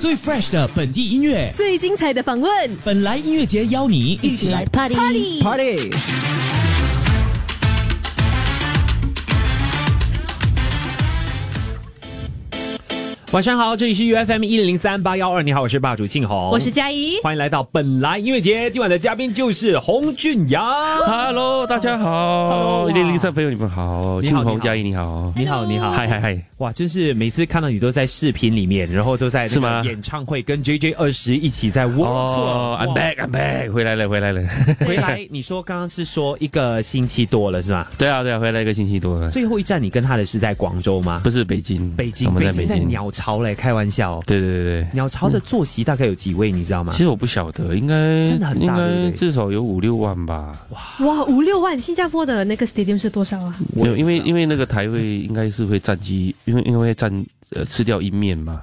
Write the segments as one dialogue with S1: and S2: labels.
S1: 最 fresh 的本地音乐，
S2: 最精彩的访问，
S1: 本来音乐节邀你
S2: 一起来 party。
S3: Party，
S4: 晚上好，这里是 U F M 一零零三八幺二，你好，我是霸主庆红，
S2: 我是佳怡。
S4: 欢迎来到本来音乐节，今晚的嘉宾就是洪俊阳。
S5: Hello，大家
S4: Hello，
S5: 好，
S4: 哇
S5: 一零零三朋友你们好，
S4: 你好
S5: 庆
S4: 你
S5: 红
S4: 好
S5: 嘉怡你好，
S4: 你好，你好，
S5: 嗨嗨嗨，
S4: 哇，真是每次看到你都在视频里面，然后都在那个
S5: 是吗
S4: 演唱会跟 J J 二十一起在 World Tour
S5: 哦
S4: 哇。
S5: ，I'm back，I'm back，回来了回来了，
S4: 回来，你说刚刚是说一个星期多了是 吧？
S5: 对啊对啊，回来一个星期多了，
S4: 最后一站你跟他的是在广州吗？
S5: 不是北京，
S4: 北京
S5: 我，们
S4: 北
S5: 在
S4: 京
S5: 北
S4: 在
S5: 京，
S4: 鸟巢嘞，开玩笑哦。
S5: 对对对对。
S4: 鸟巢的坐席大概有几位，你知道吗
S5: 其？实我不晓得，应该
S4: 真的很大
S5: 应
S4: 对不
S5: 该
S4: 对
S5: 至少有五六万吧。
S2: 哇，五六万！新加坡的那个 stadium 是多少啊？
S5: 没有，因
S4: 我也不知
S5: 为
S4: 道
S5: 因为那个台会应该是会占据，因为因为会占呃吃掉一面嘛，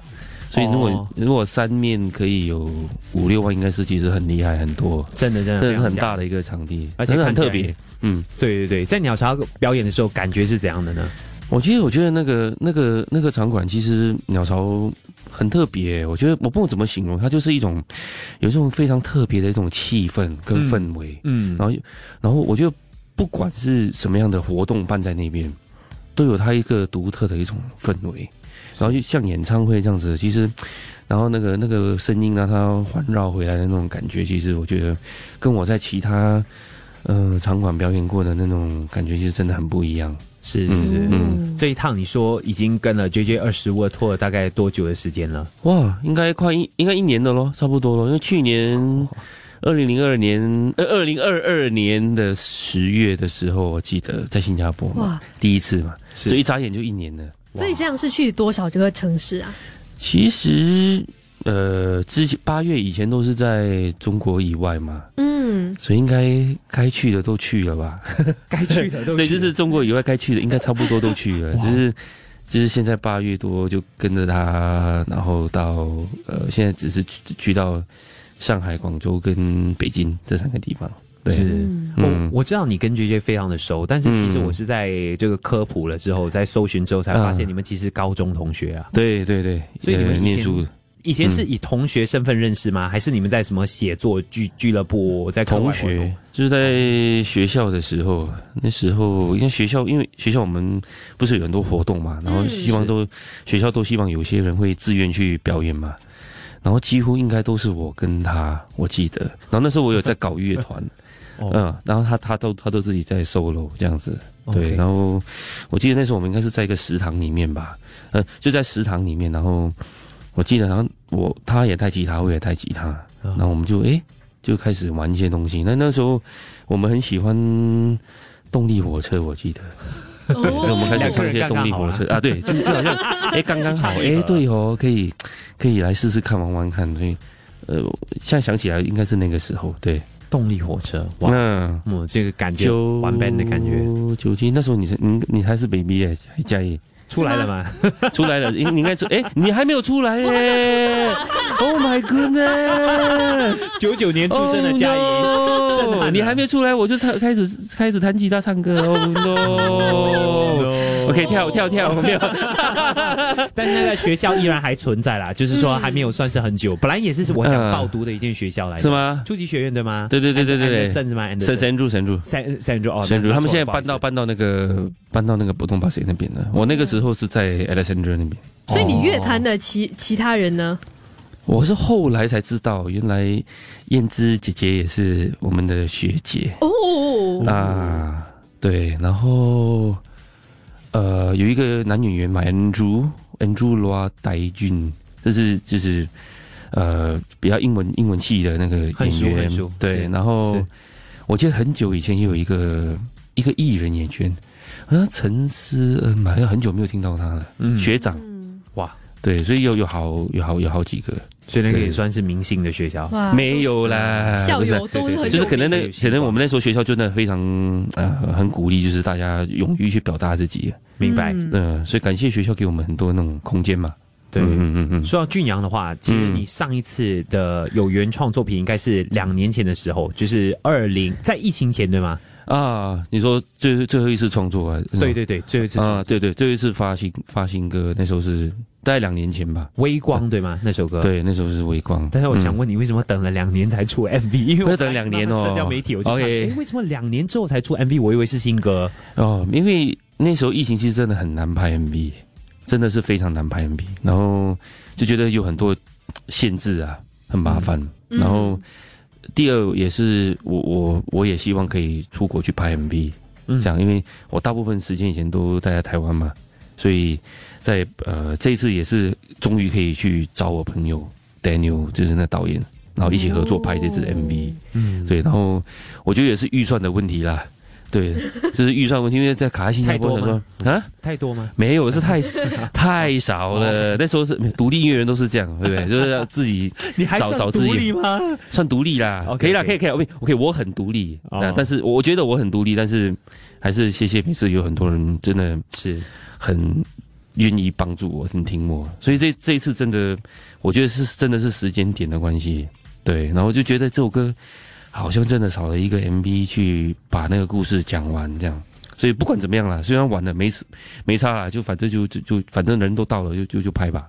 S5: 所以如果、
S4: 哦
S5: 如果三面可以有五六万，应该是其实很厉害很多，
S4: 真的真的
S5: 真
S4: 非
S5: 的是
S4: 常
S5: 很
S4: 像
S5: 大的一个场地，
S4: 嗯而且
S5: 真的很
S4: 看起
S5: 特
S4: 来
S5: 别。嗯，
S4: 对对对，在鸟巢表演的时候，感觉是怎样的呢？
S5: 我其实我觉得那个那个那个场馆，其实鸟巢很特别，欸我觉得我不懂怎么形容，它就是一种有一种非常特别的一种气氛跟
S4: 嗯
S5: 氛围。
S4: 嗯
S5: 然后然后我觉得不管是什么样的活动办在那边，都有它一个独特的一种氛围。然后就像演唱会这样子，其实，然后那个那个声音啊，它环绕回来的那种感觉，其实我觉得跟我在其他呃场馆表演过的那种感觉，其实真的很不一样。
S4: 是是是，
S5: 嗯
S4: 这一趟你说已经跟了 JJ 二十 World Tour 大概多久的时间了？
S5: 哇，应该快一应该一年的咯，差不多咯，因为去年二零零二年呃二零二二年的十月的时候，我记得在新加坡嘛
S2: 哇，
S5: 第一次嘛，
S4: 是
S5: 所以一眨眼就一年了。
S2: 所以这样是去多少这个城市啊？
S5: 其实呃，之前八月以前都是在中国以外嘛，
S2: 嗯，
S5: 所以应该该去的都去了吧？
S4: 该去的都
S5: 对，
S4: 去
S5: 就
S4: 了，
S5: 是中国以外该去的应该差不多都去了，就是。就是现在八月多就跟着他，然后到呃，现在只是去去到上海、广州跟北京这三个地方。对
S4: 是。我
S5: 嗯
S4: 我知道你跟 JJ 非常的熟，但是其实
S5: 嗯
S4: 我是在这个科普了之后，在搜寻之后才发现
S5: 嗯
S4: 你们其实高中同学啊。
S5: 对对对，
S4: 所以你们
S5: 呃
S4: 以前
S5: 念书
S4: 以前
S5: 嗯
S4: 是以同学身份认识吗？还是你们在什么写作俱俱乐部在课外
S5: 同
S4: 活
S5: 学
S4: 动？
S5: 就是在学校的时候，那时候因为学校，因为学校我们不是有很多活动嘛，然后
S2: 嗯
S5: 希望都、学校都希望有些人会自愿去表演嘛，然后几乎应该都是我跟他，我记得，然后那时候我有在搞乐团，
S4: 哦
S5: 嗯，然后他他都他都自己在 solo 这样子，对
S4: OK
S5: 然后我记得那时候我们应该是在一个食堂里面吧，呃，就在食堂里面，然后我记得，然后我他也带吉他，我也带吉他，
S4: 嗯
S5: 然后我们就诶就开始玩一些东西。那那时候我们很喜欢动力火车，我记得，
S2: 哦
S5: 对，
S4: 哦
S5: 所以我们开始唱一些动力火车啊，对，就就好像诶刚刚好，诶对哦，可以可以来试试看玩玩看，所以呃，现在想起来应该是那个时候，对，
S4: 动力火车，哇，
S5: 那。
S4: 嗯，这个感觉
S5: 九
S4: 玩 band 的感觉
S5: 九七那时候你是嗯你你还是 baby 耶，嘉怡
S4: 出来了吗？
S5: 出来了，你你应该出哎、你还没有出来耶、o h my goodness！
S4: 九九年出生的嘉怡
S5: Oh
S4: 震撼啊
S5: no！
S4: 了
S5: 你还没有出来，我就唱开始开始弹吉他唱 歌，Oh no！
S4: 哦，no，
S5: 我可以跳跳跳，没有，
S4: 但那个学校依然还存在 啦，就是说还没有算是很久。本来也是我想报读的一间学校来的，
S5: 嗯是？吗？
S4: 初级学院对吗？
S5: 对对对对对对，
S4: ，Anderson 是吗？Anderson
S5: 神神助神助
S4: 三三周哦，
S5: 神助，
S4: 那
S5: 他们现在
S4: 不好
S5: 搬
S4: 意思
S5: 到搬到那个搬到那个博东巴士那边
S4: 嗯
S5: 了。我那个时候是在 Alexandria 那边。
S2: 所以你乐坛的其其他人呢？
S5: 我是后来才知道，原来燕之姐姐也是我们的学姐
S2: 哦，
S5: 啊。对，然后呃，有一个男演员嘛，Andrew Andrew Loa 戴俊，这是就是呃比较英文英文系的那个
S4: 很
S5: 演
S4: 熟很
S5: 员
S4: 熟，是
S5: 对。然后
S4: 是
S5: 我记得很久以前也有一个一个艺人演员，好像陈思恩吧，好像很久没有听到他了，
S4: 嗯
S5: 学长。
S4: 哇，
S5: 对，所以有有好有好有好几个，
S4: 所以那个也
S5: 对
S4: 算是明星的学校。
S2: 哇
S5: 没有啦，
S2: 校
S5: 不是
S2: 友都
S4: 对对
S2: 很
S4: 对
S5: 就是可能
S4: 有
S5: 那
S4: 有习
S5: 可
S4: 惯
S5: 能我们那时候学校真的非常呃很鼓励，就是大家勇于去表达自己，
S4: 明白，
S2: 嗯
S5: 嗯、所以感谢学校给我们很多那种空间嘛。
S4: 对。
S5: 嗯嗯嗯
S4: 说到俊阳的话，其实你上一次的有原创作品应该是两年前的时候，就是二零在疫情前对吗？
S5: 嗯，啊，你说最最后一次创作啊？是吗
S4: 对对对，最后一次
S5: 啊，对对，最后一次发新发新歌，那时候是大概两年前吧。
S4: 微光对吗？那首歌。。
S5: 对，那时候是微光。
S4: 呃
S5: 嗯
S4: 但是我想问你，为什么等了两年才出 MV？因为我
S5: 要等两年哦
S4: 看到社交媒体我就看，
S5: OK
S4: 哎，为什么两年之后才出 MV？我以为是新歌。
S5: 嗯哦，因为那时候疫情其实真的很难拍 MV，真的是非常难拍 MV，然后就觉得有很多限制啊，很麻烦。
S2: 嗯
S5: 然后第二也是我我我也希望可以出国去拍 MV，
S4: 嗯
S5: 这样，因为我大部分时间以前都待在台湾嘛，所以在呃这一次也是终于可以去找我朋友 Daniel，就是那导演，然后一起合作拍这支 MV、
S4: 嗯，
S5: 对，然后我觉得也是预算的问题啦， 对，就是预算问题，因为在卡在新加坡
S4: 太
S5: 想
S4: 多吗
S5: 说啊，
S4: 太多吗？
S5: 没有，是太 太少
S4: 哦
S5: 了。那时候是独立音乐人都是这样，对不对？就是要自己
S4: 你还
S5: 找
S4: 算
S5: 找自
S4: 独
S5: 己
S4: 立吗？
S5: 算独立啦
S4: OK，
S5: 可以啦，
S4: OK
S5: 可以可以，OK OK，我很独立，
S4: 哦
S5: 啊，但是我觉得我很独立，但是还是谢谢每次有很多人真的
S4: 是，
S5: 很愿意帮助我，很听我，所以这这一次真的，我觉得是真的是时间点的关系，对，然后就觉得这首歌好像真的少了一个 MV 去把那个故事讲完这样。所以不管怎么样啦，虽然晚了没事没差啦，就反正就就就反正人都到了，就就就拍吧。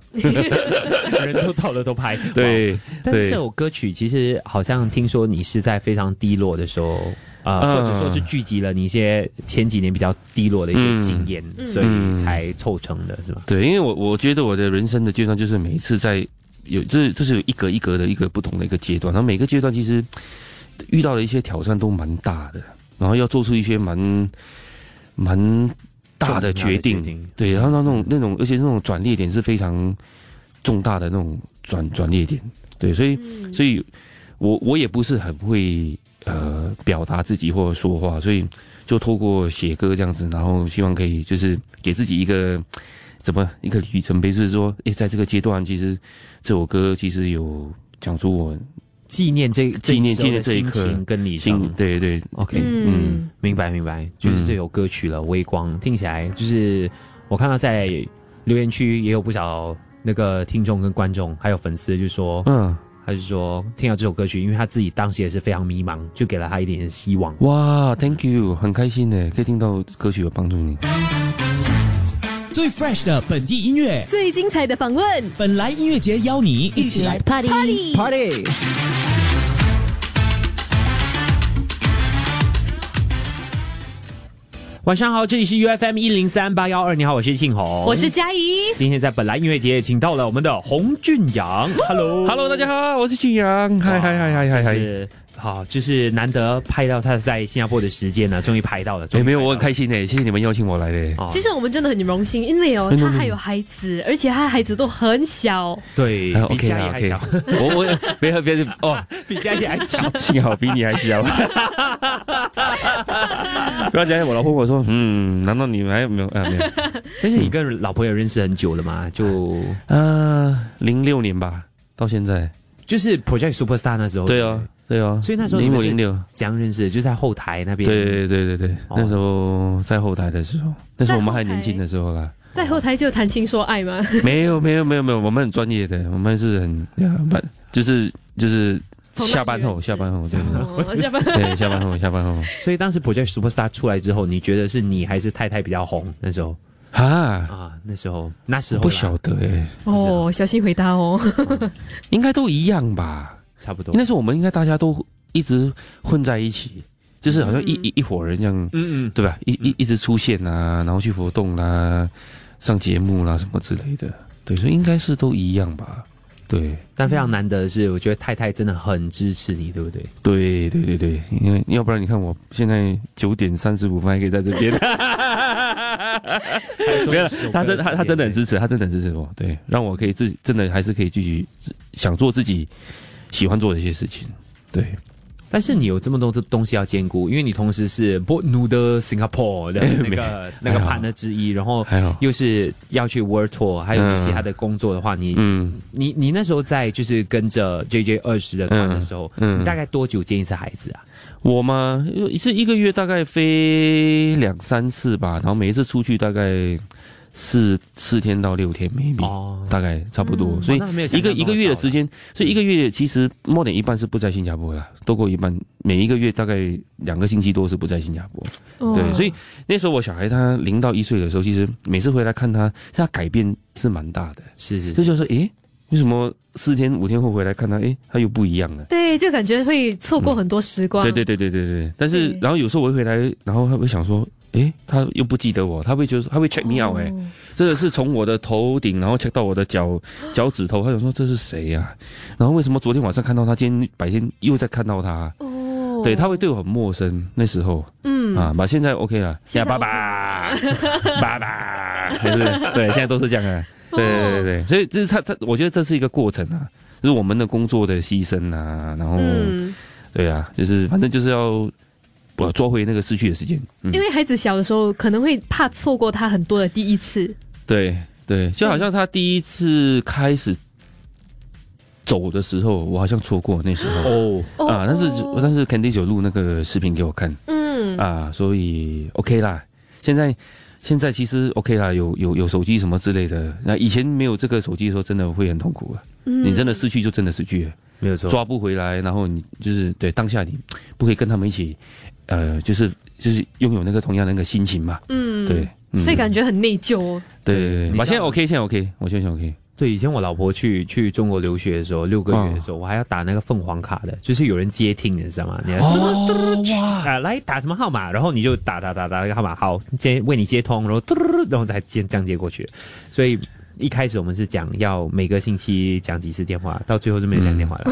S4: 人都到了都拍。哇，
S5: 对，
S4: 但是
S5: 对
S4: 这首歌曲其实好像听说你是在非常低落的时候。啊、
S5: 嗯
S4: 或者说是聚集了你一些前几年比较低落的一些经验，
S2: 嗯
S4: 所以才凑成的是吗？
S5: 对，因为我我觉得我的人生的阶段就是每一次在有这就是有一格一格的一个不同的一个阶段，然后每个阶段其实遇到的一些挑战都蛮大的，然后要做出一些蛮蛮大的
S4: 啊
S5: 决定，对，然后那种那种，而且那种转捩点是非常重大的那种转转捩点，对，所以
S2: 嗯
S5: 所以我我也不是很会呃表达自己或者说话，所以就透过写歌这样子，然后希望可以就是给自己一个怎么一个里程碑，就是说，诶，在这个阶段，其实这首歌其实有讲出我
S4: 纪念这
S5: 纪念
S4: 这一首的
S5: 纪念这一
S4: 心
S5: 刻
S4: 情跟理想
S5: 心，对对
S4: OK，、
S2: 嗯
S4: 明白明白，就是这首歌曲了，《微光》听起来就是我看到在留言区也有不少那个听众跟观众还有粉丝就说，
S5: 嗯，
S4: 他就说听到这首歌曲，因为他自己当时也是非常迷茫，就给了他一点点希望。
S5: 哇，Thank you，很开心呢，可以听到歌曲有帮助你。
S1: 最 fresh 的本地音乐，
S2: 最精彩的访问，
S1: 本来音乐节邀你一起来。
S2: party party。
S4: Party。晚上好，这里是 UFM 一零三八幺二，你好，我是庆红，
S2: 我是佳怡，
S4: 今天在本来音乐节请到了我们的洪俊阳，Hello
S5: Hello，大家好，我是俊阳，嗨嗨嗨嗨嗨
S4: 就
S5: 嗨。
S4: 是好，就是难得拍到他在新加坡的时间啊呢，终于拍到了，终
S5: 哎，
S4: 于
S5: 没有，我很
S4: 拍
S5: 开心呢，谢谢你们邀请我来嘞。
S4: 到了。
S2: 其
S4: 实
S2: 实我们真的很荣幸，因为哦，
S5: 嗯
S2: 他
S5: 嗯嗯
S2: 还有孩子，而且他的孩子都很小，
S4: 对
S5: 啊
S4: 比
S5: OK
S4: 嘉
S5: 啦
S4: 怡还小，
S5: OK，我我别别哦，
S4: 比嘉怡还小。
S5: 幸好比你还小。不要讲我老婆，我说嗯，难道你们还有没有？啊，没有
S4: 但是你跟老婆也认识很久了嘛？就
S5: 啊，零六年吧，到现在。
S4: 就是 Project Superstar 那时候，
S5: 对啊，对啊，
S4: 哦所以那时候你
S5: 零
S4: 们
S5: 五
S4: 是
S5: 零六，
S4: 怎样认识的？就在后台那边。
S5: 对对对对对，
S4: 哦
S5: 那时候在后台的时候，那时候我们还年轻的时候啦。
S2: 在后台就谈情说爱嘛。
S5: 没有没有没有没有，我们很专业的，我们是很不就是就是
S2: 从那里
S5: 下班后
S2: 认识
S5: 下班后对
S2: 哦下班
S5: 对下班后下班后
S4: 所以当时 Project Superstar 出来之后，你觉得是你还是太太比较红？那时候
S5: 啊，
S4: 啊，那时候那时
S5: 我
S4: 候啦
S5: 不晓得哎、
S2: 哦，小心回答哦。
S5: 应该都一样吧。
S4: 差不多。
S5: 那时候我们应该大家都一直混在一起，就是好像一、
S2: 嗯
S5: 一一伙人这样，
S4: 嗯嗯，
S5: 对吧？一一一直出现啊，然后去活动啦、啊上节目啦、什么之类的，对，所以应该是都一样吧？对，
S4: 但非常难得的是，我觉得太太真的很支持你，对不对？
S5: 对，对，对，对，因为要不然你看我现在九点三十五分还可以在这边， 没有啦，他真他他真的很支持，他真的很支持我，对，让我可以自己真的还是可以继续自想做自己喜欢做的一些事情，对。
S4: 但是你有这么多东西要兼顾，因为你同时是 b o t n u 的 Singapore 的 那个那个
S5: 还好
S4: partner 之一，然后
S5: 还好
S4: 又是要去 World Tour，还有你其他的工作的话，你
S5: 嗯，
S4: 你你那时候在就是跟着 JJ 二十的团的时候，
S5: 嗯嗯
S4: 你大概多久见一次孩子啊？
S5: 我吗？是一个月大概飞两三次吧，然后每一次出去大概四四天到六天，maybe、
S4: 哦，
S5: 大概差不多，
S2: 嗯
S5: 所以
S4: 哇那没有
S5: 一
S4: 想
S5: 个
S4: 象
S5: 一个月的时间，所以一个月其实 more 一半是不在新加坡啦，多过一半，每一个月大概两个星期多是不在新加坡。
S2: 哦
S5: 对，所以那时候我小孩他零到一岁的时候，其实每次回来看他，他改变是蛮大的。
S4: 是是
S5: 这
S4: 是，
S5: 就是诶，为什么四天五天后回来看他，诶，他又不一样了。
S2: 对，就感觉会错过很多时光。
S5: 嗯对对对对对对，但是
S2: 对
S5: 然后有时候我一回来，然后他会想说，诶，他又不记得我，他会觉得他会 check me out，诶，
S2: 哦
S5: 这个是从我的头顶，然后 check 到我的脚脚趾头，他想说这是谁呀、然后为什么昨天晚上看到他，今天白天又在看到他？
S2: 哦，
S5: 对，他会对我很陌生，那时候、
S2: 嗯
S5: 啊，把现在 OK 了，
S2: 现
S5: 呀，
S2: 在
S5: 爸
S2: OK
S5: 爸， 爸爸，还是对，现在都是这样啊，
S2: 哦
S5: 对对对对，所以这是他他，我觉得这是一个过程啊，就是我们的工作的牺牲啊，然后、
S2: 嗯，
S5: 对啊，就是反正就是要我抓回那个失去的时间，嗯
S2: 因为孩子小的时候可能会怕错过他很多的第一次，
S5: 对对，就好像他第一次开始走的时候，我好像错过那时候。
S4: 哦，
S2: 哦
S5: 啊，但是但是 Candice 有录那个视频给我看
S2: 嗯
S5: 啊，所以 OK 啦。现在现在其实 OK 啦，有有有手机什么之类的。那以前没有这个手机的时候，真的会很痛苦啊。
S2: 嗯
S5: 你真的失去就真的失去了，
S4: 没有错，
S5: 抓不回来，然后你就是对当下你不可以跟他们一起，呃，就是就是拥有那个同样的那个心情嘛。
S2: 嗯
S5: 对，，嗯
S2: 所以感觉很内疚哦。
S5: 对对
S4: 你
S5: 对，我现
S4: 像
S5: 在 OK，现在 OK，我现在 OK。
S4: 对，以前我老婆去去中国留学的时候，六个月的时候，我还要打那个凤凰卡的，就是有人接听，你知道吗？你还是
S5: 哦哇！
S4: 啊，来打什么号码，然后你就打打打打那个号码，好接为你接通，然后嘟嘟嘟，然后再接这样接过去。所以一开始我们是讲要每个星期讲几次电话，到最后就没有讲电话了，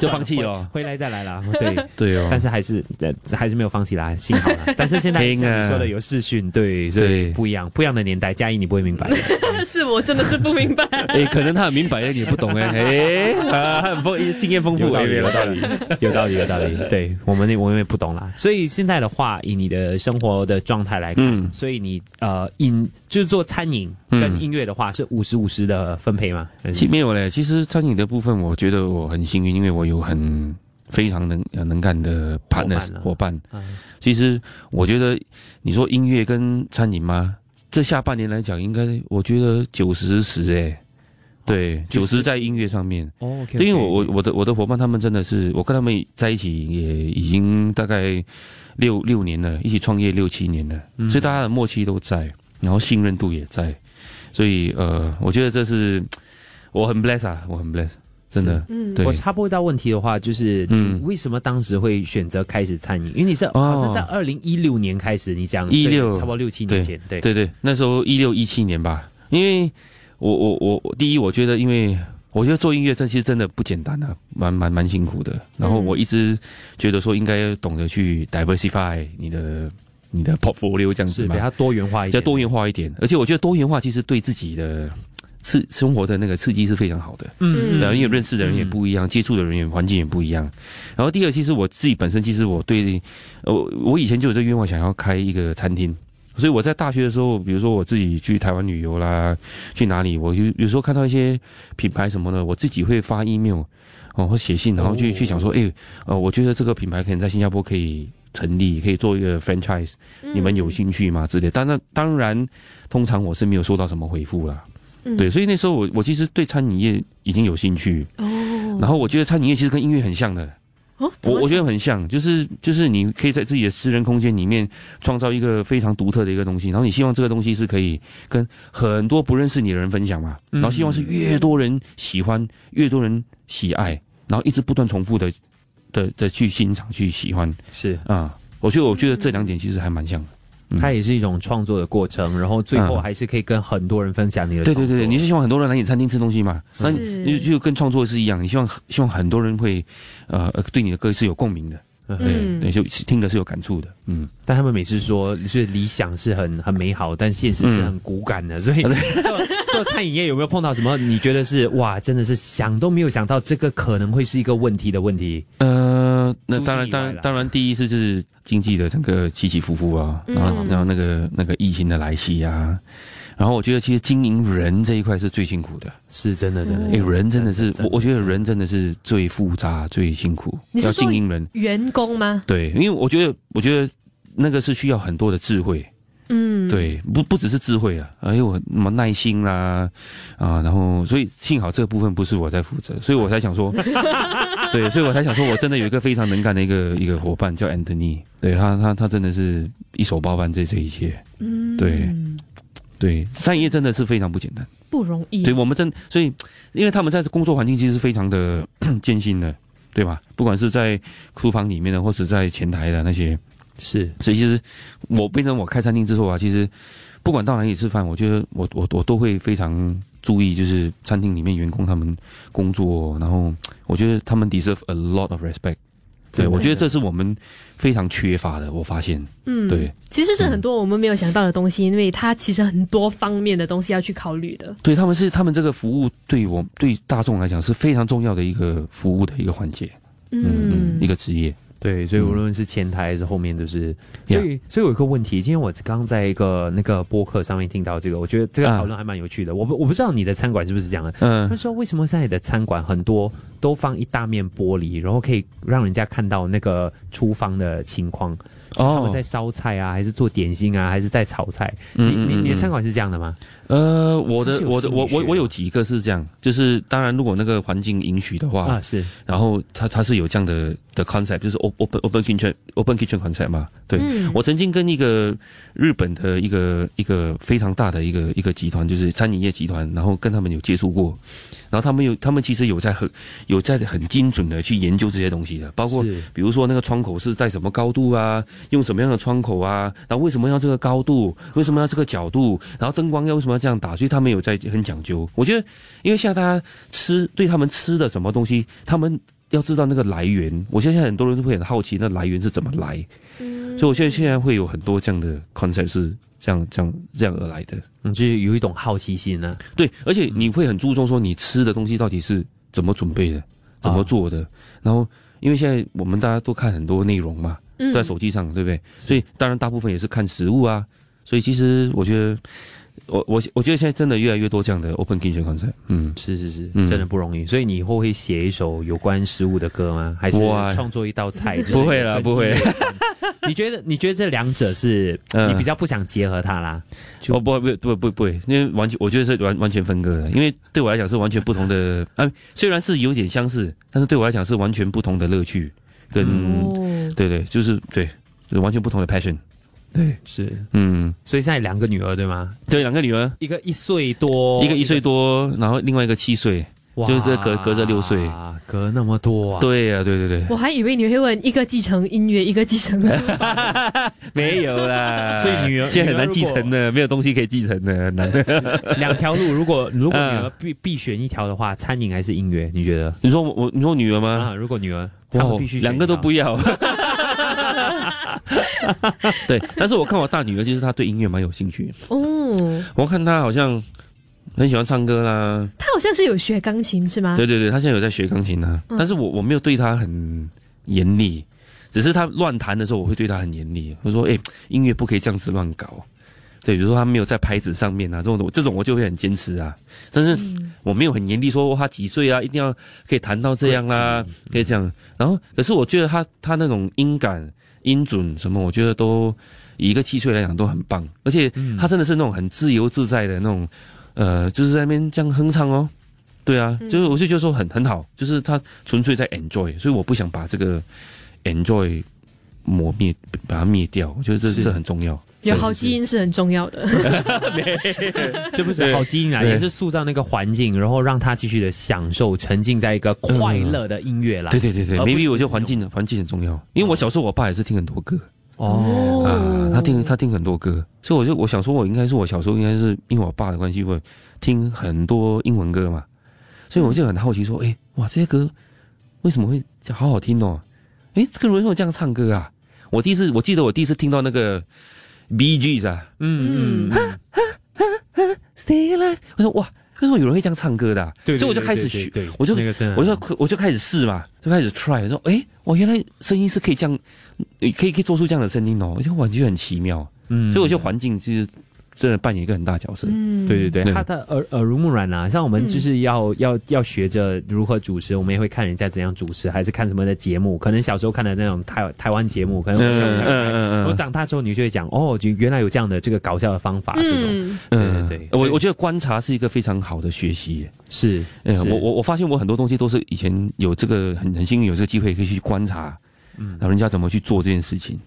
S5: 就放 弃了
S4: 回，回来再来啦。对，
S5: 对哦
S4: 但是还是呃还是没有放弃啦，幸好啦。但是现在
S5: 拼啊
S4: 像你说的有视讯，对，所以
S5: 对
S4: 不一样，不一样的年代，嘉义你不会明白的。
S2: 但 是我真的是不明白，
S5: 哎、可能他很明白，你也不懂哎、哎、啊，他很丰经验丰富，
S4: 有道
S5: 哎
S4: 理，有道理，有道理，有道 理。对我们，我们也不懂啦。所以现在的话，以你的生活的状态来看，
S5: 嗯
S4: 所以你呃，音就是做餐饮跟
S5: 嗯
S4: 音乐的话，是五十五十的分配吗？还是
S5: 其没有嘞，其实餐饮的部分，我觉得我很幸运，因为我有很非常能呃能干的 partners
S4: 啊
S5: 伙伴。嗯
S4: 啊
S5: 其实我觉得，你说音乐跟餐饮吗？这下半年来讲，应该我觉得九十十哎，对，九
S4: 90
S5: 十在音乐上面。
S4: 哦，OK，
S5: 对，因为我我我的我的伙伴他们真的是，我跟他们在一起也已经大概六六年了，一起创业六七年了，所以大家的默契都在，然后信任度也在，所以呃，我觉得这是我很 bless 啊，我很 bless，真的
S2: 嗯，
S5: 对
S4: 我插播一道问题的话，就是嗯
S5: 嗯，哦
S4: 为什么当时会选择开始餐饮？因为你是好像在二零一六年开始，你讲
S5: 16
S4: 对差不多六七年前，对，
S5: 对对，那时候一六一七年吧，因为我我我我第一，我觉得因为我觉得做音乐这其实真的不简单啊，蛮蛮蛮辛苦的。然后
S2: 嗯
S5: 我一直觉得说应该懂得去 diversify 你的你的 portfolio 这样子
S4: 是
S5: 嘛
S4: 比，较多元化一
S5: 比较
S4: 点，
S5: 多元化一点。而且我觉得多元化其实对自己的刺生活的那个刺激是非常好的。
S2: 嗯
S5: 对啊，因为认识的人也不一样，接触的人也环境也不一样。然后第二，其实我自己本身，其实我对，呃，我我以前就有这个愿望，想要开一个餐厅。所以我在大学的时候，比如说我自己去台湾旅游啦，去哪里，我有有时候看到一些品牌什么的，我自己会发 email 哦或写信，然后去、
S4: 哦
S5: 去想说，诶，呃，我觉得这个品牌可能在新加坡可以成立，可以做一个 franchise。你
S2: 嗯
S5: 们有兴趣吗之类的。当然，当然，通常我是没有收到什么回复啦。
S2: 嗯
S5: 对，所以那时候我我其实对餐饮业已经有兴趣，
S2: 哦
S5: 然后我觉得餐饮业其实跟音乐很像的，
S2: 哦，
S5: 我我觉
S2: 得
S5: 得很像，就是就是你可以在自己的私人空间里面创造一个非常独特的一个东西，然后你希望这个东西是可以跟很多不认识你的人分享嘛，
S4: 嗯
S5: 然后希望是越多人喜欢，越多人喜爱，然后一直不断重复的的的去欣赏去喜欢
S4: 是。
S5: 啊。我觉得，我觉得这两点其实还蛮像的。嗯
S4: 它也是一种创作的过程，然后最后
S5: 嗯
S4: 还是可以跟很多人分享你的
S5: 对
S4: 创作。
S5: 对对，你是希望很多人来你餐厅吃东西嘛？那你
S2: 是
S5: 你就就跟创作是一样，你希望希望很多人会，呃，呃对你的歌是有共鸣的，对、
S2: 嗯
S5: 对，就是听的是有感触的，嗯，
S4: 但他们每次说，就是理想是很很美好，但现实是很骨感
S5: 嗯
S4: 的。所
S5: 啊
S4: 以 做做餐饮业有没有碰到什么？你觉得是哇，真的是想都没有想到，这个可能会是一个问题的问题。
S5: 呃，那当
S4: 租金以外
S5: 然当然
S4: 啦
S5: 当然，第一是就是经济的整个起起伏伏啊，
S2: 嗯
S5: 然后、然后那个那个疫情的来袭啊，然后我觉得其实经营人这一块是最辛苦的，
S4: 是真的，真的。
S2: 嗯
S5: 诶，人真的是
S4: 真的
S5: 我我觉得人真的是最复杂最辛苦，
S2: 你是
S5: 要
S2: 说
S5: 经营人，
S2: 员工吗？
S5: 对，因为我觉得我觉得那个是需要很多的智慧。
S2: 嗯，
S5: 对，不不只是智慧啊，还有什么耐心啦、啊，然后所以幸好这个部分不是我在负责，所以我才想说，对，所以我才想说，我真的有一个非常能干的一个一个伙伴叫 Anthony，对他他他真的是一手包办这这一切，
S2: 嗯，
S5: 对对，善业真的是非常不简单，
S2: 不容易
S5: 对，我们真所以因为他们在工作环境其实是非常的 艰辛的，对吧？不管是在厨房里面的，或是在前台的那些，
S4: 是
S5: 所以其实我变成我开餐厅之后啊，其实不管到哪里吃饭，我觉得我我我都会非常注意，就是餐厅里面员工他们工作，然后我觉得他们 deserve a lot of respect。对，
S4: 真的
S5: 我觉得这是我们非常缺乏的。我发现，
S2: 嗯，
S5: 对，
S2: 其实是很多我们没有想到的东西，因为它其实很多方面的东西要去考虑的。
S5: 对他们是他们这个服务对我对大众来讲是非常重要的一个服务的一个环节，嗯嗯，一个职业。
S4: 对，所以
S5: 嗯
S4: 无论是前台还是后面，都是、
S5: Yeah
S4: 所以所以有一个问题，今天我刚在一个那个播客上面听到这个，我觉得这个
S5: 啊
S4: 讨论还蛮有趣的。我不我不知道你的餐馆是不是这样的，
S5: 嗯
S4: 他说为什么现在的餐馆很多都放一大面玻璃，然后可以让人家看到那个厨房的情况，
S5: 呃哦
S4: 他们在烧菜啊，还是做点心啊，还是在炒菜？
S5: 嗯
S4: 你你
S5: 嗯嗯
S4: 你的餐馆是这样的吗？
S5: 呃，我
S4: 还是
S5: 的
S4: 有
S5: 我的
S4: 心理
S5: 我我
S4: 学
S5: 我
S4: 的
S5: 有几个是这样，就是当然如果那个环境允许的话，
S4: 啊，是
S5: 然后它它是有这样的的 concept，就是 o- open open kitchen open kitchen concept 嘛。对、
S2: 嗯
S5: 我曾经跟一个日本的一个一个非常大的一个一个集团，就是餐饮业集团，然后跟他们有接触过，然后他们有他们其实有在很有在很精准的去研究这些东西的，包括
S4: 是
S5: 比如说那个窗口是在什么高度啊，用什么样的窗口啊，然后为什么要这个高度，为什么要这个角度，然后灯光要为什么要这样打，所以他们有在很讲究。我觉得，因为现在大家吃对他们吃的什么东西，他们。要知道那个来源，我相信很多人都会很好奇那来源是怎么来，
S2: 嗯
S5: 所以我现在现在会有很多这样的 concept 是这样这样这样而来的。
S4: 你就是有一种好奇心呢、啊。
S5: 对，而且你会很注重说你吃的东西到底是怎么准备的，怎么做的。然后，因为现在我们大家都看很多内容嘛，
S2: 嗯
S5: 在手机上，对不对？所以当然大部分也是看食物啊。所以其实我觉得，我我我觉得现在真的越来越多这样的 open kitchen concept。嗯，
S4: 是是是，
S5: 嗯
S4: 真的不容易。所以你以后会写一首有关食物的歌吗？还是
S5: 哇
S4: 创作一道 菜？啊就是
S5: 不会啦
S4: 跟
S5: 不会
S4: 音乐有关。你觉得你觉得这两者是、
S5: 嗯
S4: 你比较不想结合它啦？就
S5: 哦不不不不不会，因为完全我觉得是完完全分割的，因为对我来讲是完全不同 的。啊，虽然是有点相似，但是对我来讲是完全不同的乐趣跟、
S2: 哦，
S5: 对对，就是对，就是完全不同的 passion。对，
S4: 是，
S5: 嗯。
S4: 所以现在两个女儿对吗？
S5: 对，两个女儿，
S4: 一个一岁多，
S5: 哦一个一岁多，然后另外一个七岁。
S4: 哇
S5: 就是这隔隔着六岁，
S4: 隔那么多啊！
S5: 对呀、对对对，
S2: 我还以为你会问一个继承音乐，一个继承
S5: 没有 啦
S4: 所以女儿
S5: 现在很难
S4: 女儿如
S5: 继
S4: 果
S5: 承的，没有东西可以继承的，很难的。
S4: 两条路，如果如果
S5: 嗯
S4: 女儿必必选一条的话，餐饮还是音乐？你觉得
S5: 你说我我你说女儿吗？
S4: 啊？如果女儿，
S5: 嗯哇
S4: 他们必须选
S5: 两个都不
S4: 一
S5: 要。对，但是我看我大女儿，就是她对音乐蛮有兴趣。
S2: 哦，
S5: 我看她好像很喜欢唱歌啦，
S2: 他好像是有学钢琴是吗？
S5: 对对对，她现在有在学钢琴啊。
S2: 嗯
S5: 但是我我没有对她很严厉，只是她乱弹的时候，我会对她很严厉。我说，哎、音乐不可以这样子乱搞。对，比如说她没有在拍子上面啊，这种这种我就会很坚持啊。但是
S2: 嗯，
S5: 我没有很严厉说哇她几岁啊，一定要可以弹到这样啦、
S2: 嗯
S5: 可以这样。然后，可是我觉得她她那种音感、音准什么，我觉得都以一个七岁来讲都很棒，而且
S4: 嗯
S5: 她真的是那种很自由自在的那种，呃，就是在那边这样哼唱哦。对啊，
S2: 嗯
S5: 就是我就觉得说很很好，就是她纯粹在 enjoy，所以我不想把这个 enjoy 抹灭，把它灭掉。我觉得这
S4: 是
S5: 这很重要。
S2: 有好基因是很重要的。
S4: 这不是好基因啊，
S5: 对
S4: 也是塑造那个环境，然后让他继续的享受，沉浸在一个快乐的音乐啦。
S5: 对对对对
S4: 而不是
S5: ，maybe 我觉得环境环境很重要，因为我小时候我爸也是听很多歌。
S4: 哦，
S5: 啊，他听他听很多歌，所以我就我想说，我应该是我小时候应该是因为我爸的关系，我听很多英文歌嘛，所以我就很好奇说，诶，哇，这些歌为什么会好好听哦？诶，这个人为什么这样唱歌啊？我第一次我记得我第一次听到那个 B G 啊
S4: 嗯嗯，
S5: ，Stay Alive，我说哇，为什么有人会这样唱歌的啊、
S4: 对，
S5: 所以我就开始
S4: 对对
S5: 学，，
S4: 对对
S5: 我就
S4: 那个真的，
S5: 我就我就开始试嘛，就开始 try，我说诶，我原来声音是可以这样，可以可以做出这样的声音哦，而且我觉得很奇妙。
S4: 嗯
S5: 所以我觉得环境其实真的扮演一个很大角色。
S2: 嗯，
S4: 对对对，
S5: 对
S4: 他的耳耳濡目染啊，像我们就是要、要要学着如何主持，我们也会看人家怎样主持，还是看什么的节目。可能小时候看的那种台台湾节目，可能我
S5: 嗯
S4: 想
S5: 嗯
S4: 想
S5: 嗯嗯
S4: 我
S5: 嗯
S4: 长大之后，你就会讲哦，就原来有这样的这个搞笑的方法，啊这种
S2: 嗯，
S5: 嗯，
S4: 对对对
S5: 我我觉得观察是一个非常好的学习耶。
S4: 是，
S5: 哎呀
S4: 是
S5: 我我我发现我很多东西都是以前有这个很很幸运有这个机会可以去观察，嗯，然后人家怎么去做这件事情，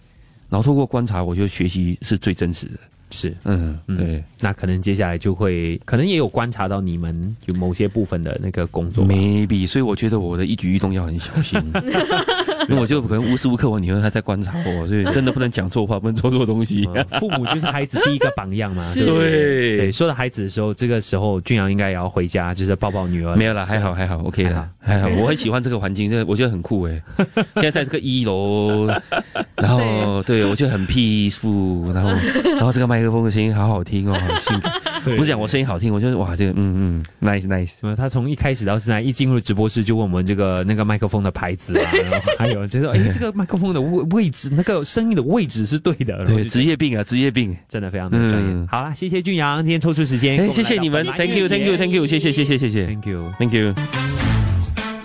S5: 然后透过观察，我觉得学习是最真实的。
S4: 是。
S5: 嗯，
S4: 嗯
S5: 对，
S4: 那可能接下来就会，可能也有观察到你们有某些部分的那个工作吧。
S5: maybe，所以我觉得我的一举一动要很小心，因为我就可能无时无刻我女儿她在观察我，所以真的不能讲错话，不能做错东西。
S4: 嗯父母就是孩子第一个榜样嘛。
S2: 是
S4: 对不对对，
S5: 对，
S4: 说到孩子的时候，这个时候俊阳应该也要回家，就是抱抱女儿。
S5: 没有啦，还好还好，OK 啦，还好，我很喜欢这个环境，这我觉得很酷诶。现在在这个一楼，然后对我觉得很 peaceful，然后然后这个麦克风的声音好好听哦，好性感。
S4: 对，
S5: 不是讲我声音好听，我觉得哇，这个嗯嗯，nice nice。
S4: 什么？他从一开始到现在，一进入直播室就问我们这个那个麦克风的牌子啊，然后还有就是哎，这个麦克风的位位置，那个声音的位置是对的。然后
S5: 对，
S4: 就
S5: 职业病啊，职业病。
S4: 真的非常的专业。
S5: 嗯
S4: 好啦，谢谢俊阳今天抽出时间，
S5: 哎，谢谢你们，thank you，thank you，thank you，谢谢谢谢谢谢
S4: you，thank you。
S5: ，thank you。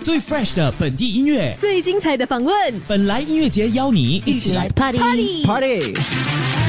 S1: 最 fresh 的本地音乐，
S2: 最精彩的访问，
S1: 本来音乐节邀你一起来
S2: 来 party party。
S1: party。